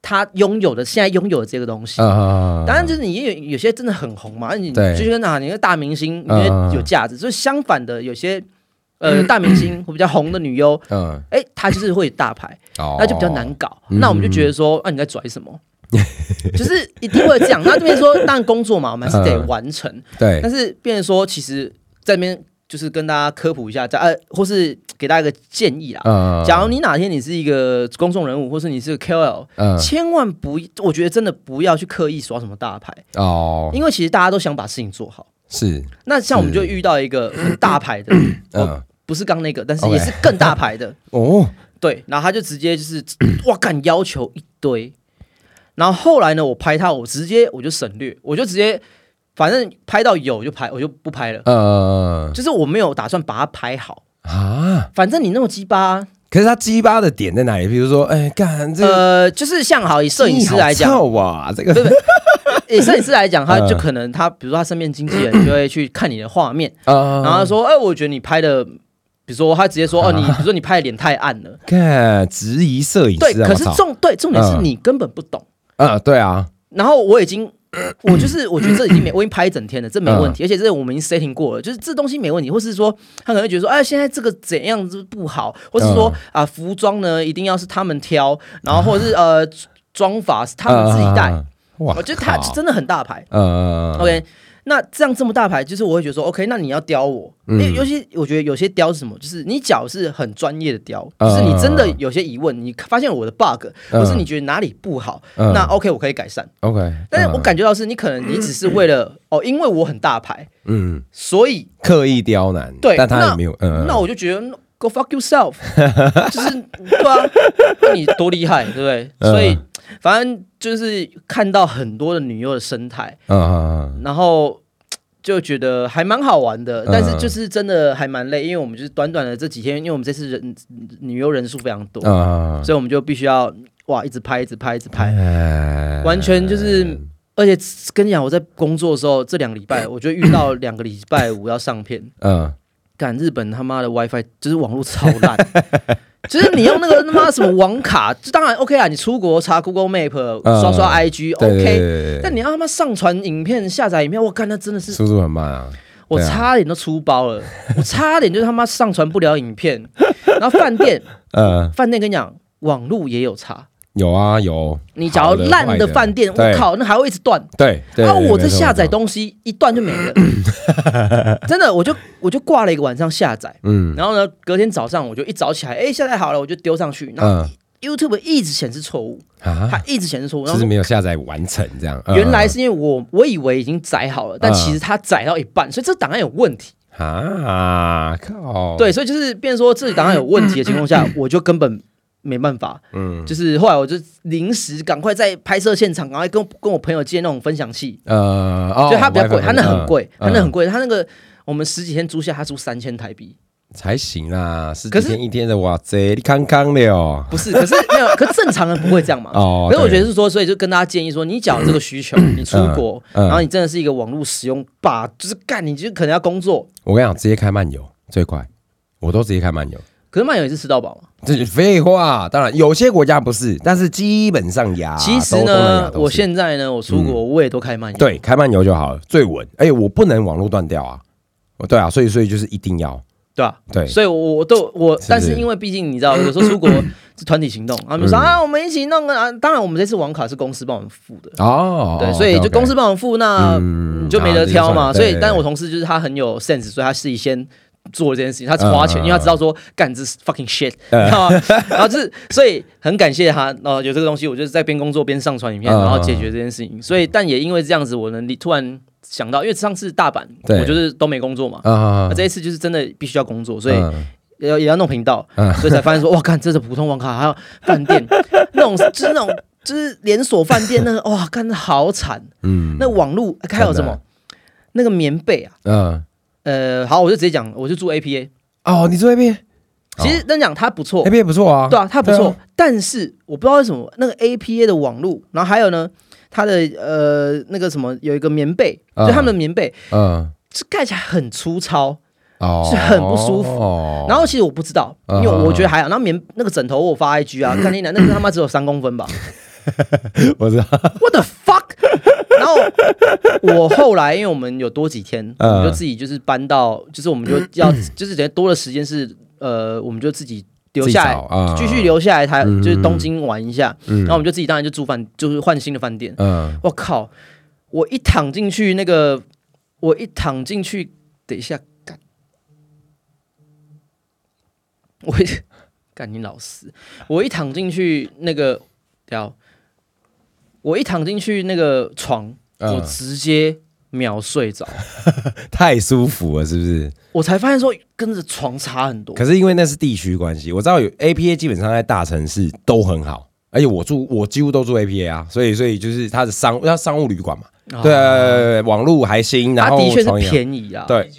Speaker 1: 他拥有的现在拥有的这个东西。
Speaker 2: 啊，
Speaker 1: 当然，就是你也有有些真的很红嘛，你
Speaker 2: 对
Speaker 1: 就跟啊，你那个大明星，你
Speaker 2: 嗯
Speaker 1: 觉得有价值。就是相反的，有些呃大明星或比较红的女优，
Speaker 2: 嗯，
Speaker 1: 哎，她就是会有大牌，
Speaker 2: 哦
Speaker 1: 那就比较难搞。
Speaker 2: 嗯
Speaker 1: 那我们就觉得说，啊，你在拽什么？ 就是一定会这样。那这边说，当然工作嘛，我们还是
Speaker 2: 嗯
Speaker 1: 得完成。
Speaker 2: 对
Speaker 1: 但，是变成说，其实在那边就是跟大家科普一下，在呃，或是给大家一个建议啦。
Speaker 2: 嗯
Speaker 1: 假如你哪天你是一个公众人物，或是你是个 KOL，
Speaker 2: 嗯
Speaker 1: 千万不，我觉得真的不要去刻意耍什么大牌，
Speaker 2: 哦，
Speaker 1: 因为其实大家都想把事情做好。
Speaker 2: 是
Speaker 1: 那像我们就遇到一个很大牌的，
Speaker 2: 嗯
Speaker 1: 不是刚那个，但是
Speaker 2: OK
Speaker 1: 也是更大牌的，
Speaker 2: 哦，
Speaker 1: 对。然后他就直接就是 哇，敢要求一堆。然后后来呢，我拍他，我直接我就省略，我就直接反正拍到有就拍，我就不拍了。
Speaker 2: 呃
Speaker 1: 就是我没有打算把它拍好，
Speaker 2: 啊，
Speaker 1: 反正你那么鸡巴，啊
Speaker 2: 可是他鸡巴的点在哪里？比如说，哎，干这个
Speaker 1: 呃，就是像好以摄影师来讲
Speaker 2: 你，好臭啊，这个
Speaker 1: 以摄影师来讲，他
Speaker 2: 嗯
Speaker 1: 就可能他，比如说他身边经纪人就会去看你的画面，
Speaker 2: 啊，
Speaker 1: 然后他说，哎，我觉得你拍的，比如说他直接
Speaker 2: 嗯
Speaker 1: 说，哦，你比如说你拍的脸太暗 了，
Speaker 2: 看质疑摄影
Speaker 1: 对，
Speaker 2: 师啊，
Speaker 1: 可是
Speaker 2: 我操
Speaker 1: 重对重点是
Speaker 2: 嗯
Speaker 1: 你根本不懂。
Speaker 2: 啊，对啊，
Speaker 1: 然后我已经，我就是我觉得这已经没，我已经拍一整天了，这没
Speaker 2: 嗯
Speaker 1: 问题，而且这我们已经 setting 过了，就是这东西没问题，或是说他可能会觉得说，哎，现在这个怎样子不好，或是
Speaker 2: 嗯
Speaker 1: 说啊，服装呢一定要是他们挑，然后或者是呃妆法是他们自己带，
Speaker 2: 啊，哇，
Speaker 1: 我觉得他
Speaker 2: 靠
Speaker 1: 真的很大牌。
Speaker 2: 呃
Speaker 1: OK，那这样这么大牌，就是我会觉得说，OK，那你要雕我，因
Speaker 2: 嗯
Speaker 1: 为尤其我觉得有些雕是什么，就是你脚是很专业的雕，
Speaker 2: 嗯
Speaker 1: 就是你真的有些疑问，你发现我的 bug，
Speaker 2: 嗯
Speaker 1: 或是你觉得哪里不好，
Speaker 2: 嗯
Speaker 1: 那 OK 我可以改善。
Speaker 2: OK，
Speaker 1: 但是我
Speaker 2: 嗯
Speaker 1: 感觉到是你可能你只是为了哦，因为我很大牌，
Speaker 2: 嗯
Speaker 1: 所以
Speaker 2: 刻意刁难，
Speaker 1: 对，
Speaker 2: 但他
Speaker 1: 那
Speaker 2: 也没有嗯，
Speaker 1: 那我就觉得 go fuck yourself，就是对啊，那你多厉害，对不对？
Speaker 2: 嗯
Speaker 1: 所以反正就是看到很多的女优的生态，
Speaker 2: 嗯嗯嗯
Speaker 1: 然后就觉得还蛮好玩的
Speaker 2: 嗯，
Speaker 1: 但是就是真的还蛮累，因为我们就是短短的这几天，因为我们这次人女优人数非常多，
Speaker 2: 嗯嗯
Speaker 1: 所以我们就必须要哇一直拍，一直拍，一直拍，
Speaker 2: 嗯，
Speaker 1: 完全就是。而且跟你讲，我在工作的时候，这两个礼拜，我就遇到两个礼拜五要上 片，
Speaker 2: 嗯
Speaker 1: 赶日本他妈的 WiFi 就是网络超 烂，就是你用那个他妈什么网卡，就当然 OK 啊，你出国查 Google Map，
Speaker 2: 嗯
Speaker 1: 刷刷 IG
Speaker 2: 对对
Speaker 1: OK，
Speaker 2: 对对对
Speaker 1: 但你要他妈上传影片、下载影片，我干那真的是
Speaker 2: 速度很慢啊，
Speaker 1: 我
Speaker 2: 对啊
Speaker 1: 差点都出包了，我差点就他妈 上传不了影片。然后饭店，
Speaker 2: 嗯，
Speaker 1: 饭店跟你讲，网路也有差，
Speaker 2: 有啊有。
Speaker 1: 你假如
Speaker 2: 好的
Speaker 1: 烂的
Speaker 2: 坏
Speaker 1: 饭店，
Speaker 2: 对
Speaker 1: 我靠，那还会一直断。
Speaker 2: 对对，
Speaker 1: 啊，
Speaker 2: 对
Speaker 1: 我
Speaker 2: 没
Speaker 1: 这
Speaker 2: 错
Speaker 1: 下
Speaker 2: 没
Speaker 1: 载
Speaker 2: 错
Speaker 1: 东西一断就没 了，真的，我就我就挂了一个晚上下载，
Speaker 2: 嗯
Speaker 1: 然后呢，隔天早上我就一早起来，哎，下载好了，我就丢上去，然后
Speaker 2: 嗯
Speaker 1: YouTube 一直显示错误，它
Speaker 2: 啊，
Speaker 1: 一直显示错误，然
Speaker 2: 就
Speaker 1: 后
Speaker 2: 是没有下载完成这样。嗯
Speaker 1: 原来是因为我我以为已经载好了，但
Speaker 2: 嗯
Speaker 1: 其实它载到一半，所以这档案有问题。
Speaker 2: 啊靠，
Speaker 1: 对，所以就是变成说这档案有问题的情况下，我就根本没办法。
Speaker 2: 嗯
Speaker 1: 就是后来我就临时赶快在拍摄现场，赶快跟跟我朋友借那种分享器，
Speaker 2: 呃哦，
Speaker 1: 就它比较
Speaker 2: WiFi
Speaker 1: 贵，它那很贵，它
Speaker 2: 嗯
Speaker 1: 那很贵，它那个我们十几天租下，它租三千台币。
Speaker 2: 才行啦，十
Speaker 1: 可
Speaker 2: 几
Speaker 1: 是
Speaker 2: 天一天的哇塞，你康康的哦，
Speaker 1: 不是，可是没有，可是正常人不会这样嘛。
Speaker 2: 哦
Speaker 1: 可是我觉得
Speaker 2: 对
Speaker 1: 是说，所以就跟大家建议说，你假如这个需求，你出国，
Speaker 2: 嗯嗯
Speaker 1: 然后你真的是一个网络使用霸，就是干，你就可能要工作。
Speaker 2: 我跟你讲，直接开漫游最快，我都直接开漫游。
Speaker 1: 可是漫游也是吃到饱嘛。
Speaker 2: 这是废话，当然有些国家不是，但是基本上呀，
Speaker 1: 其实
Speaker 2: 啊都东嗯南亚
Speaker 1: 呢，
Speaker 2: 都是
Speaker 1: 我现在呢，我出国我也都开漫游。
Speaker 2: 对开漫游就好了，最稳。哎，我不能网络断掉啊，我对啊，所以所以就是一定要
Speaker 1: 对啊，
Speaker 2: 对
Speaker 1: 所以我我都我
Speaker 2: 是，
Speaker 1: 但是因为毕竟你知道，有时 候出国是团体行动，他们
Speaker 2: 嗯
Speaker 1: 说啊，我们一起弄个啊，当然我们这次网卡是公司帮我们付的。
Speaker 2: 哦，
Speaker 1: 对，
Speaker 2: 哦
Speaker 1: 所以就
Speaker 2: OK，OK
Speaker 1: 公司帮我们付，那
Speaker 2: 嗯
Speaker 1: 你就没得挑嘛。
Speaker 2: 啊这就算了
Speaker 1: 所以
Speaker 2: 对，对
Speaker 1: 但
Speaker 2: 对
Speaker 1: 我同事就是他很有 sense，所以他自己先做了这件事情，他是花钱，
Speaker 2: 嗯嗯嗯
Speaker 1: 因为他知道说干这是 fucking shit，然后 然后就是，所以很感谢他，呃，有这个东西，我就是在边工作边上传影片，
Speaker 2: 嗯
Speaker 1: 然后解决这件事情。所以，但也因为这样子，我能理突然想到，因为上次大阪，
Speaker 2: 对
Speaker 1: 我就是都没工作嘛。
Speaker 2: 啊
Speaker 1: 那，这一次就是真的必须要工作，所以
Speaker 2: 嗯
Speaker 1: 也要也要弄频道， 所以才发现说，哇，看这是普通网卡，还有饭店那种，就是那种就是连锁饭店那个，哇，看的好惨。
Speaker 2: 嗯
Speaker 1: 那网络还有什么？那个棉被啊，
Speaker 2: 嗯
Speaker 1: 呃，好，我就直接讲，我就住 APA。
Speaker 2: 哦，你做 A B
Speaker 1: 其实跟你讲它不错
Speaker 2: 哦 A，B 不错啊，
Speaker 1: 对啊，它不
Speaker 2: 对
Speaker 1: 错
Speaker 2: 啊，
Speaker 1: 但是我不知道为什么那个 APA 的网络，然后还有呢，它的呃那个什么有一个棉被，
Speaker 2: 嗯
Speaker 1: 就他们的棉被，
Speaker 2: 嗯
Speaker 1: 这盖起来很粗糙。
Speaker 2: 哦，
Speaker 1: 是很不舒服
Speaker 2: 服
Speaker 1: 然后其实我不知道，因为
Speaker 2: 哦嗯
Speaker 1: 我觉得还好。然后棉那个枕头我发 IG 啊，看你奶那个他妈只有三公分吧
Speaker 2: 我知道，
Speaker 1: ，What the fuck？然 后我后来因为我们有多几天，我
Speaker 2: 嗯
Speaker 1: 们就自己就是搬到，就是我们就 要就是等于多的时间是呃，我们就自己留下
Speaker 2: 自己
Speaker 1: 来
Speaker 2: 找嗯，
Speaker 1: 继续留下来台
Speaker 2: 嗯
Speaker 1: 就是东京玩一下，
Speaker 2: 嗯
Speaker 1: 然后我们就自己当然就住饭就是换新的饭店。
Speaker 2: 嗯，
Speaker 1: 我靠！我一躺进去那个，我一躺进去，等一下干， 我一干你老师！我一躺进去那个，屌，我一躺进去那个床，
Speaker 2: 嗯
Speaker 1: 我直接秒睡着。
Speaker 2: 太舒服了，是不是？
Speaker 1: 我才发现说，跟着床差很多。啊
Speaker 2: 可是因为那是地区关系，我知道有 APA 基本上在大城市都很好，而且我住我几乎都住 APA 啊，所以所以就是它的商它商务旅馆嘛，
Speaker 1: 啊
Speaker 2: 对，对，网路还行，然
Speaker 1: 它
Speaker 2: 后
Speaker 1: 的确是
Speaker 2: 床也好
Speaker 1: 便宜啊。
Speaker 2: 对，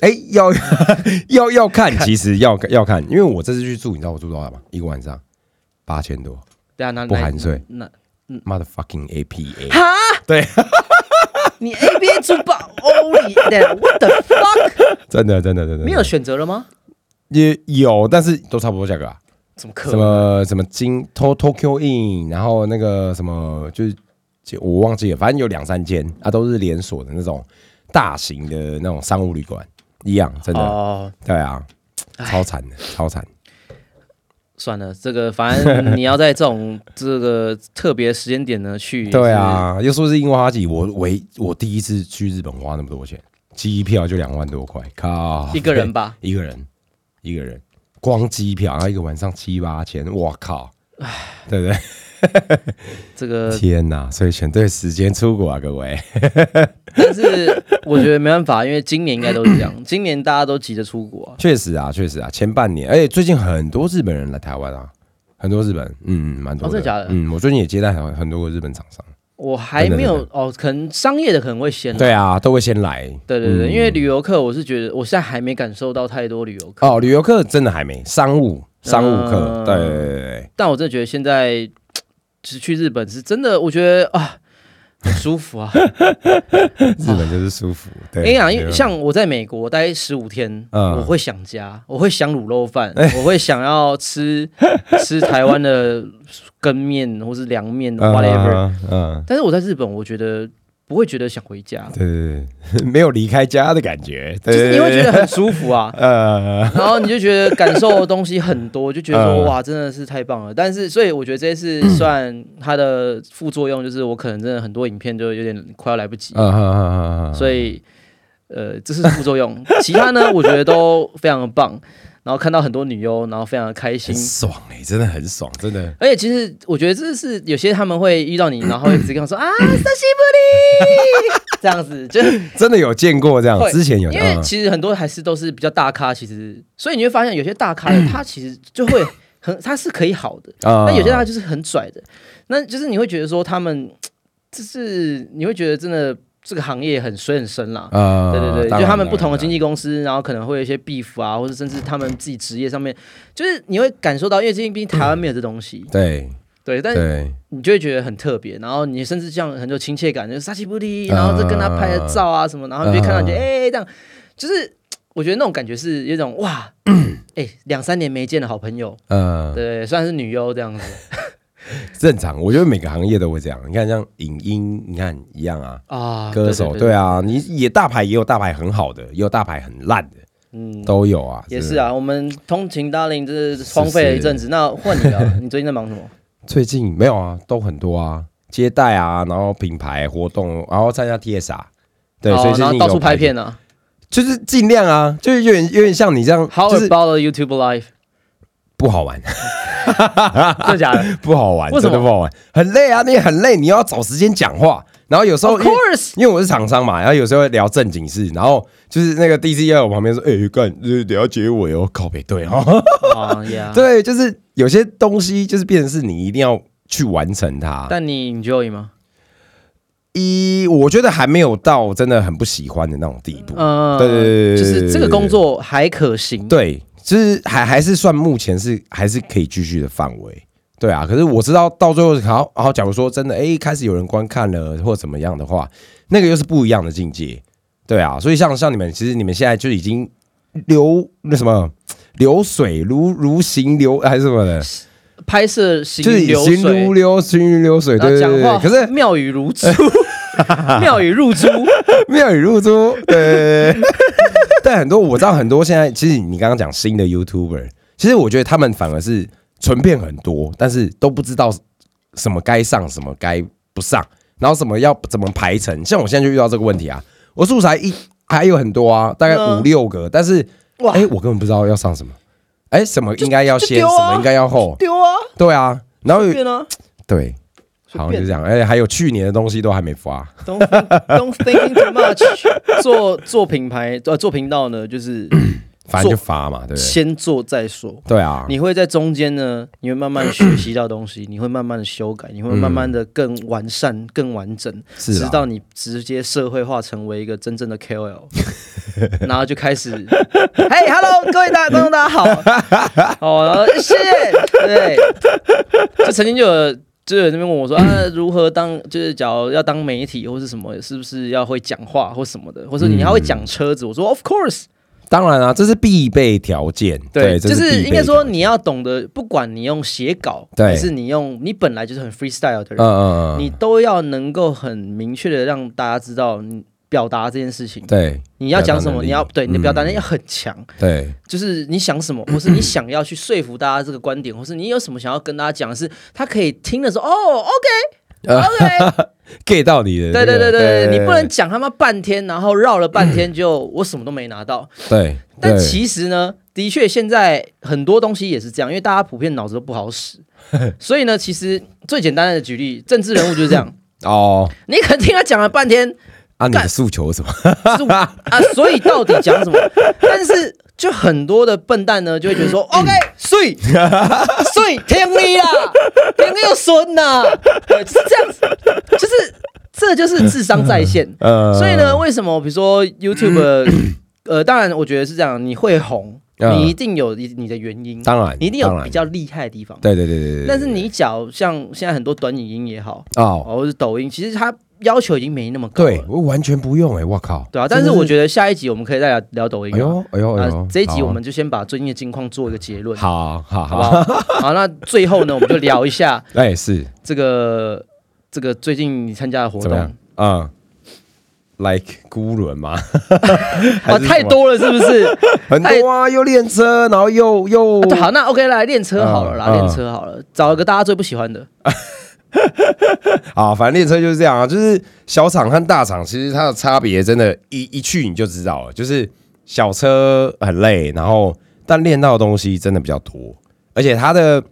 Speaker 2: 哎、要 要要看，其实要要看，因为我这次去住，你知道我住多少吗？一个晚上八千多
Speaker 1: 对啊，那
Speaker 2: 不含税。
Speaker 1: 那
Speaker 2: ，motherfucking APA，
Speaker 1: 哈，
Speaker 2: 对，
Speaker 1: 你 A B A 珠宝欧里的，What the fuck？
Speaker 2: 真的真的真的，
Speaker 1: 没有选择了吗？
Speaker 2: 也有，但是都差不多价格啊。
Speaker 1: 怎么
Speaker 2: 什
Speaker 1: 可能？
Speaker 2: 么什么金 To- Tokyo In，然后那个什么就是就我忘记了，反正有两三间啊，都是连锁的那种大型的那种商务旅馆，一样真的，
Speaker 1: 哦，哎
Speaker 2: 对啊，
Speaker 1: 唉
Speaker 2: 超惨的，超惨。
Speaker 1: 算了，这个反正你要在这种这个特别时间点呢去，
Speaker 2: 对，啊，又说是樱花季，我唯我第一次去日本花那么多钱，机票就两万多块，靠，
Speaker 1: 一个人吧，
Speaker 2: 一个人，一个人，光机票，然后一个晚上七八千，我靠，对不对？
Speaker 1: 这 个，
Speaker 2: 天哪，所以选对时间出国啊，各位。
Speaker 1: 但是我觉得没办法，因为今年应该都是这样，今年大家都急着出国啊、
Speaker 2: 确实啊，确实啊，前半年，而且最近很多日本人来台湾啊，很多日本，嗯，嗯蛮多
Speaker 1: 哦真的假的
Speaker 2: 嗯，我最近也接待很很多个日本厂商。
Speaker 1: 我还没
Speaker 2: 真
Speaker 1: 有哦，可能商业的可能会先来，
Speaker 2: 对啊，都会先来。
Speaker 1: 对对对，
Speaker 2: 嗯
Speaker 1: 因为旅游客，我是觉得我现在还没感受到太多旅游客，
Speaker 2: 哦，旅游客真的还没，商务商务
Speaker 1: 嗯
Speaker 2: 客，对对对对
Speaker 1: 但我真的觉得现在只去日本是真的，我觉得啊。很舒服 啊！
Speaker 2: 对，日本就是舒服。对，
Speaker 1: 因为啊，因
Speaker 2: 没
Speaker 1: 为
Speaker 2: 有
Speaker 1: 像我在美国待十五天，
Speaker 2: 嗯
Speaker 1: 我会想家，我会想卤肉 饭，我会想要吃吃台湾的羹面或是凉面
Speaker 2: 嗯
Speaker 1: whatever。
Speaker 2: 嗯嗯
Speaker 1: 但是我在日本，我觉得不会觉得想回 家，
Speaker 2: 对对对，没有离开家的感觉，
Speaker 1: 就
Speaker 2: 对
Speaker 1: 是
Speaker 2: 对
Speaker 1: 你
Speaker 2: 对。
Speaker 1: 会觉得很舒服啊
Speaker 2: 呃，
Speaker 1: 然后你就觉得感受的东西很多，就觉得说
Speaker 2: 嗯
Speaker 1: 哇，真的是太棒了。但是，所以我觉得这次算它的副作用，就是我可能真的很多影片就有点快要来不及，
Speaker 2: 嗯哼哼哼哼
Speaker 1: 所以呃，这是副作用。其他呢，我觉得都非常的棒。然后看到很多女优，然后非常的开心
Speaker 2: 很。爽哎、真的很爽，真的。
Speaker 1: 而且其实我觉得这是有些他们会遇到你，然后会直接跟我说啊，沙西布利 这样子，就是
Speaker 2: 真的有见过这样
Speaker 1: 会，
Speaker 2: 之前有
Speaker 1: 因为
Speaker 2: 嗯
Speaker 1: 其实很多还是都是比较大咖，其实所以你会发现有些大咖他其实就会很他是可以好的，
Speaker 2: 啊
Speaker 1: 那有些大咖就是很拽的，那就是你会觉得说他们就是你会觉得真的这个行业很水很深啦。
Speaker 2: 啊
Speaker 1: 对对对，
Speaker 2: 当然
Speaker 1: 就他们不同的
Speaker 2: 当
Speaker 1: 经纪公司，然后可能会有一些 beef 啊，或者甚至他们自己职业上面，就是你会感受到，因为毕竟台湾没有这东西，
Speaker 2: 然
Speaker 1: 对，但
Speaker 2: 对对
Speaker 1: 你就会觉得很特别，然后你甚至这样很有亲切感，就是撒奇不离，然后就跟他拍的照啊什么，然后你就会看到你觉
Speaker 2: 嗯
Speaker 1: 得哎、这样，就是我觉得那种感觉是有一种哇， 哎两、三年没见的好朋友，
Speaker 2: 嗯，
Speaker 1: 对，虽然是女优这样子
Speaker 2: 正常，我觉得每个行业都会这样。你看像影音，你看一样啊，
Speaker 1: 啊，
Speaker 2: 歌手
Speaker 1: 对
Speaker 2: 对啊，你也大牌也有大牌很好的，也有大牌很烂的，
Speaker 1: 嗯。
Speaker 2: 都有啊。
Speaker 1: 也
Speaker 2: 真
Speaker 1: 是
Speaker 2: 的，
Speaker 1: 啊，我们通勤搭领这荒废了一阵子。那换你了， 你最近在忙什么？
Speaker 2: 最近没有啊，都很多啊，接待啊，然后品牌活动，然后参加 TSR，对，
Speaker 1: 哦
Speaker 2: 所以最
Speaker 1: 然
Speaker 2: 近
Speaker 1: 后到处
Speaker 2: 有
Speaker 1: 拍片，啊
Speaker 2: 就是尽量啊，就是有点有点像你这样，
Speaker 1: ，How
Speaker 2: 就是
Speaker 1: about the YouTube life？
Speaker 2: 不好玩。啊
Speaker 1: 真的假 的
Speaker 2: 不好玩，
Speaker 1: 为什么
Speaker 2: 真的不好玩？很累啊，你也很累，你要找时间讲话，然后有时候
Speaker 1: ？Of
Speaker 2: 因为
Speaker 1: course，
Speaker 2: 因为我是厂商嘛，然后有时候会聊正经事，然后就是那个 DC 在我旁边说：“哎、干，这得要结尾哦，靠北对哦，
Speaker 1: 啊呀。
Speaker 2: 对，就是有些东西就是变成是你一定要去完成它。
Speaker 1: 但你 enjoy 吗？
Speaker 2: 一，我觉得还没有到真的很不喜欢的那种地步。
Speaker 1: 嗯，
Speaker 2: 对对对对对
Speaker 1: 就是这个工作还可行。
Speaker 2: 对，就是还还是算目前是还是可以继续的范围。对啊，可是我知道到最后，好好，假如说真的，哎，开始有人观看了或怎么样的话，那个又是不一样的境界。对啊，所以像像你们，其实你们现在就已经流那什么流水如如行流还是什么的，
Speaker 1: 拍摄行
Speaker 2: 就是
Speaker 1: 云流水，
Speaker 2: 行如流行如流水，
Speaker 1: 然后
Speaker 2: 对对
Speaker 1: 讲
Speaker 2: 对。
Speaker 1: 话
Speaker 2: 对可是
Speaker 1: 妙语如 珠，妙语如珠，
Speaker 2: 妙语 如珠，对对对对。 但很多我知道很多现在，其实你刚刚讲新的 YouTuber，其实我觉得他们反而是存变很多，但是都不知道什么该上，什么该不上，然后什么要怎么排程。像我现在就遇到这个问题啊，我素材一还有很多啊，大概
Speaker 1: 嗯
Speaker 2: 五六个，但是
Speaker 1: 哇
Speaker 2: 哎、我根本不知道要上什么，哎、什么应该要
Speaker 1: 就
Speaker 2: 先，
Speaker 1: 丢啊
Speaker 2: 什么应该要后，
Speaker 1: 丢啊，
Speaker 2: 对啊，然后
Speaker 1: 变啊
Speaker 2: 对，
Speaker 1: 随
Speaker 2: 好像
Speaker 1: 便
Speaker 2: 就这样，而哎且还有去年的东西都还没发。
Speaker 1: ，Don't think, don't think too much。做 做品牌呃做频道呢，就是
Speaker 2: 反正就发嘛，对不对？
Speaker 1: 先做再说。
Speaker 2: 对啊，
Speaker 1: 你会在中间呢，你会慢慢学习到东西，你会慢慢的修改，你会慢慢的更完善、更完整，
Speaker 2: 是
Speaker 1: 直
Speaker 2: 啦
Speaker 1: 到你直接社会化成为一个真正的 KOL，然后就开始， 嘿，Hello，各位大观众大家 好，哦，然后谢谢，对，就曾经就有。就有人在那边问我说啊，如何当就是假如要当媒体或是什么，是不是要会讲话或什么的，或是你还会讲车
Speaker 2: 嗯
Speaker 1: 子？我说 Of course，
Speaker 2: 当然啊，这是必备条件。
Speaker 1: 对，
Speaker 2: 这
Speaker 1: 就是
Speaker 2: 必
Speaker 1: 是
Speaker 2: 备
Speaker 1: 应该说
Speaker 2: 条件
Speaker 1: 你要懂得，不管你用写稿，
Speaker 2: 对
Speaker 1: 还是你用你本来就是很 freestyle 的
Speaker 2: 嗯
Speaker 1: 人，
Speaker 2: 嗯嗯，
Speaker 1: 你都要能够很明确的让大家知道你表达这件事情，
Speaker 2: 对
Speaker 1: 你要讲什
Speaker 2: 表达能
Speaker 1: 么，
Speaker 2: 力
Speaker 1: 你要对你的
Speaker 2: 嗯
Speaker 1: 表达能力要很强，
Speaker 2: 对
Speaker 1: 就是你想什么，或是你想要去说服大家这个观点，或是你有什么想要跟大家讲的是，他可以听的时候，哦，OK。OK，
Speaker 2: get 到你的那
Speaker 1: 对
Speaker 2: 个。
Speaker 1: 对对对对，你不能讲他妈半天，然后绕了半天就我什么都没拿到，
Speaker 2: 对，
Speaker 1: 但
Speaker 2: 对
Speaker 1: 其实呢，的确现在很多东西也是这样，因为大家普遍脑子都不好 使，所以呢，其实最简单的举例，政治人物就是这 样，
Speaker 2: 哦，
Speaker 1: 你可能听他讲了半天
Speaker 2: 啊，你的诉求是什么？
Speaker 1: 是啊，所以到底讲什么？但是就很多的笨蛋呢，就会觉得 说，OK，睡睡听你啦，听你有孙呐，对，就是这样子，就是这就是智商在 线。
Speaker 2: 呃，
Speaker 1: 所以呢，为什么比如说 YouTube，呃，当然我觉得是这样，你会红，
Speaker 2: 嗯
Speaker 1: 你一定有你你的原因，
Speaker 2: 当然
Speaker 1: 你一定
Speaker 2: 当
Speaker 1: 有
Speaker 2: 然
Speaker 1: 比较厉害的地方。
Speaker 2: 对对对对对，
Speaker 1: 但是你脚像现在很多短影音也好，
Speaker 2: 哦，
Speaker 1: 或者是抖音，其实它要求已经没那么高了。
Speaker 2: 对我完全不用哎，我靠，
Speaker 1: 对啊，但是我觉得下一集我们可以再聊聊抖音啊。
Speaker 2: 哎呦哎呦哎
Speaker 1: 啊
Speaker 2: 呦，，
Speaker 1: 这一集
Speaker 2: 好啊
Speaker 1: 我们就先把最近的近况做一个结论，
Speaker 2: 好啊好
Speaker 1: 好不
Speaker 2: 好，
Speaker 1: 好？ 好，那最后呢，我们就聊一下
Speaker 2: 哎是
Speaker 1: 这个这个最近你参加的活
Speaker 2: 怎么样
Speaker 1: 动。？
Speaker 2: 嗯， like 孤轮吗？ 还
Speaker 1: 啊，
Speaker 2: 是
Speaker 1: 太
Speaker 2: 什么
Speaker 1: 多了是不 是？
Speaker 2: 很多啊，又练车，然后又又
Speaker 1: 哎啊对好，那 OK，来练车好了啦，
Speaker 2: 嗯
Speaker 1: 练车好了，找一个大家最不喜欢的。
Speaker 2: 啊，反正练车就是这样啊，就是小厂和大厂，其实它的差别真的，一一去你就知道了。就是小车很累，然后但练到的东西真的比较多，而且它的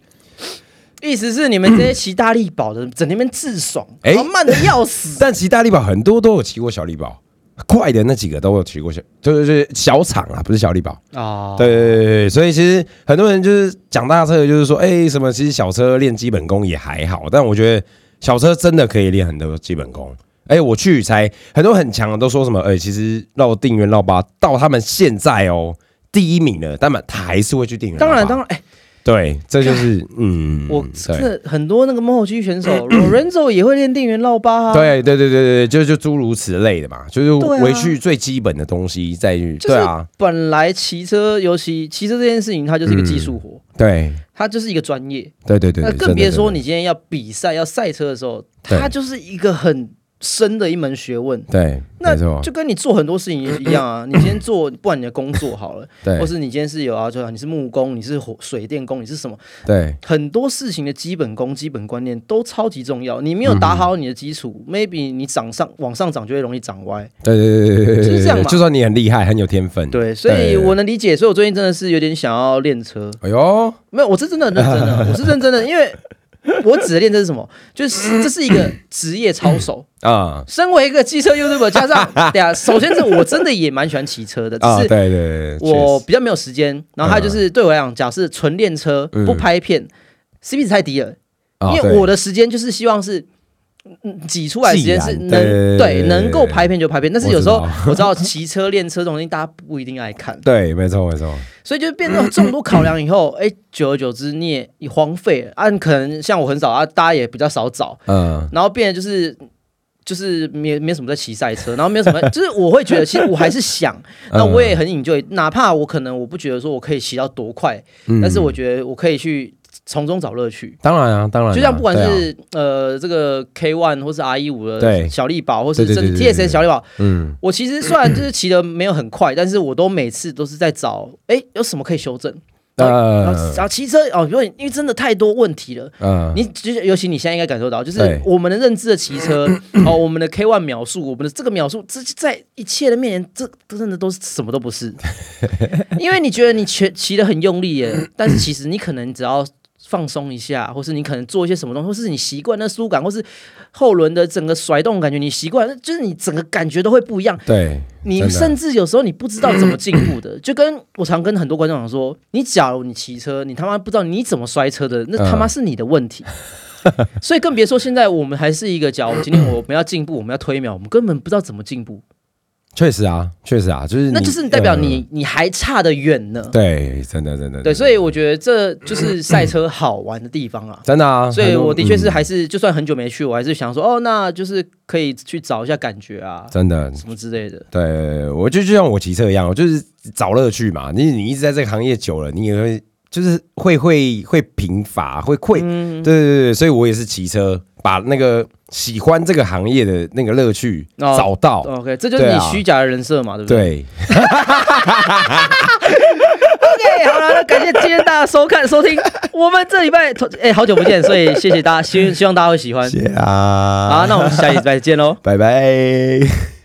Speaker 1: 意思是你们这些骑大力宝的，整天边自爽，
Speaker 2: 哎
Speaker 1: 哎，慢的要死。
Speaker 2: 但骑大力宝很多都有骑过小力宝，快的那几个都有骑过小，就是就是小厂啊，不是小力宝。
Speaker 1: 哦，
Speaker 2: 对对对对，所以其实很多人就是讲大车，就是说，哎、什么？其实小车练基本功也还好，但我觉得小车真的可以练很多基本功。哎、我去才很多很强的都说什么，哎、其实绕定员绕八到他们现在哦第一名了，但们他还是会去定员。
Speaker 1: 当然当，然，哎，
Speaker 2: 对，这就是嗯，
Speaker 1: 我真
Speaker 2: 对。
Speaker 1: 的很多那个幕后区选 手，Lorenzo 也会练定员绕八啊，，
Speaker 2: 对对对对对，就就诸如此类的嘛，就是
Speaker 1: 对啊
Speaker 2: 回去最基本的东西再去，
Speaker 1: 就是
Speaker 2: 对啊，
Speaker 1: 本来骑车，尤其骑车这件事情，它就是一个技术活，
Speaker 2: 对
Speaker 1: 它就是一个专业，
Speaker 2: 对嗯对对，
Speaker 1: 那
Speaker 2: 对
Speaker 1: 呃更别说，
Speaker 2: 真的
Speaker 1: 你今天要比赛、要赛车的时候，
Speaker 2: 对
Speaker 1: 它就是一个很深的一门学问。
Speaker 2: 真的对，
Speaker 1: 那
Speaker 2: 没错，
Speaker 1: 就跟你做很多事情也一样 啊，你今天做，不管你的工作好了，
Speaker 2: 对
Speaker 1: 或是你今天是有啊，就你是木工，你是火水电工，你是什么，
Speaker 2: 对
Speaker 1: 很多事情的基本功、基本观念都超级重要。你没有打好你的基
Speaker 2: 嗯
Speaker 1: 础、m a y b e 你长上往上涨就会容易长歪。
Speaker 2: 对对对对对对，
Speaker 1: 就是这样嘛
Speaker 2: 对就算你很厉害，很有天分，
Speaker 1: 对，所以我能理解，所以我最近真的是有点想要练车。
Speaker 2: 哎呦，
Speaker 1: 没有，我是真的很认真 的，我是认真的，因为我指的练这是什么？就是这是一个 职业操守。
Speaker 2: 啊
Speaker 1: 身为一个机车 YouTuber，加 上对啊，首先是我真的也蛮喜欢骑车的，只
Speaker 2: 啊，对
Speaker 1: 是
Speaker 2: 对对，
Speaker 1: 我
Speaker 2: 对确实啊
Speaker 1: 比较没有时间。然后还有就是对我来讲，假设纯练车
Speaker 2: 嗯
Speaker 1: 不拍片，CP 值太低了，
Speaker 2: 啊
Speaker 1: 因为
Speaker 2: 对
Speaker 1: 我的时间就是希望是。嗯挤出来的时间是
Speaker 2: 自然
Speaker 1: 能
Speaker 2: 对
Speaker 1: 对能够拍片就拍片，但是有时候
Speaker 2: 我知
Speaker 1: 我知道骑车练车这种东西大家不一定爱看，
Speaker 2: 对，没错没错，
Speaker 1: 所以就变成众多考量以后，哎、久而久之你也你荒废了啊，可能像我很少啊，大家也比较少找，
Speaker 2: 嗯，
Speaker 1: 然后变得就是就是没没什么在骑赛车，然后没有什么，就是我会觉得其实我还是想，那我也很 enjoy，哪怕我可能我不觉得说我可以骑到多快，
Speaker 2: 嗯
Speaker 1: 但是我觉得我可以去从中找乐趣。
Speaker 2: 当然啊，当然啊，
Speaker 1: 就像不管
Speaker 2: 对啊
Speaker 1: 是、呃这个 K One 或是 R E 一五
Speaker 2: 对
Speaker 1: 的小力宝，或是
Speaker 2: 对对
Speaker 1: 这
Speaker 2: 对对
Speaker 1: T
Speaker 2: 对
Speaker 1: S
Speaker 2: 对
Speaker 1: S 小力宝，
Speaker 2: 嗯，
Speaker 1: 我其实虽然就是骑的没有很快，但是我都每次都是在找，哎，有什么可以修正？然后
Speaker 2: 呃
Speaker 1: 然后骑车哦，因为因为真的太多问题了。
Speaker 2: 嗯，
Speaker 1: 你就是，尤其你现在应该感受到，就是
Speaker 2: 对
Speaker 1: 我们的认知的骑 车，哦，我们的 K one 描述，我们的这个描述，这在一切的面前，这真的都是什么都不 是。因为你觉得你骑骑的很用力耶，但是其实你可能只要放松一下，或是你可能做一些什么东西，或是你习惯那舒感，或是后轮的整个甩动感觉，你习惯，就是你整个感觉都会不一样。
Speaker 2: 对，
Speaker 1: 你
Speaker 2: 真的
Speaker 1: 甚至有时候你不知道怎么进步 的，就跟我常跟很多观众讲说，你假如你骑车，你他妈不知道你怎么摔车的，
Speaker 2: 嗯
Speaker 1: 那他妈是你的问 题。所以更别说现在我们还是一个，假如今天我们要进步，我们要推秒，我们根本不知道怎么进步，
Speaker 2: 确实啊，确实啊，就是
Speaker 1: 那就是代表
Speaker 2: 呃
Speaker 1: 你你还差得远呢。
Speaker 2: 对，真的真的
Speaker 1: 对，
Speaker 2: 真的
Speaker 1: 所以我觉得这 就是赛车好玩的地方啊。
Speaker 2: 真的啊，
Speaker 1: 所以
Speaker 2: 很多
Speaker 1: 我的确是
Speaker 2: 嗯
Speaker 1: 还是就算很久没去，我还是想说，哦，那就是可以去找一下感觉啊，
Speaker 2: 真的
Speaker 1: 什么之类的。
Speaker 2: 对，我就就像我骑车一样，我就是找乐趣嘛。你你一直在这个行业久了，你也会就是会会会贫乏，会会，对对对对，所以我也是骑车，把那个喜欢这个行业的那个乐趣
Speaker 1: 哦
Speaker 2: 找到。
Speaker 1: OK，这就是
Speaker 2: 对
Speaker 1: 你
Speaker 2: 啊
Speaker 1: 虚假的人设嘛，对不对？
Speaker 2: 对，
Speaker 1: OK，好了，那感谢今天大家收看收听，我们这礼拜哎、好久不见，所以谢谢大家，希希望大家会喜欢。
Speaker 2: 谢啦，
Speaker 1: 好，那我们下礼拜见喽。
Speaker 2: 拜拜。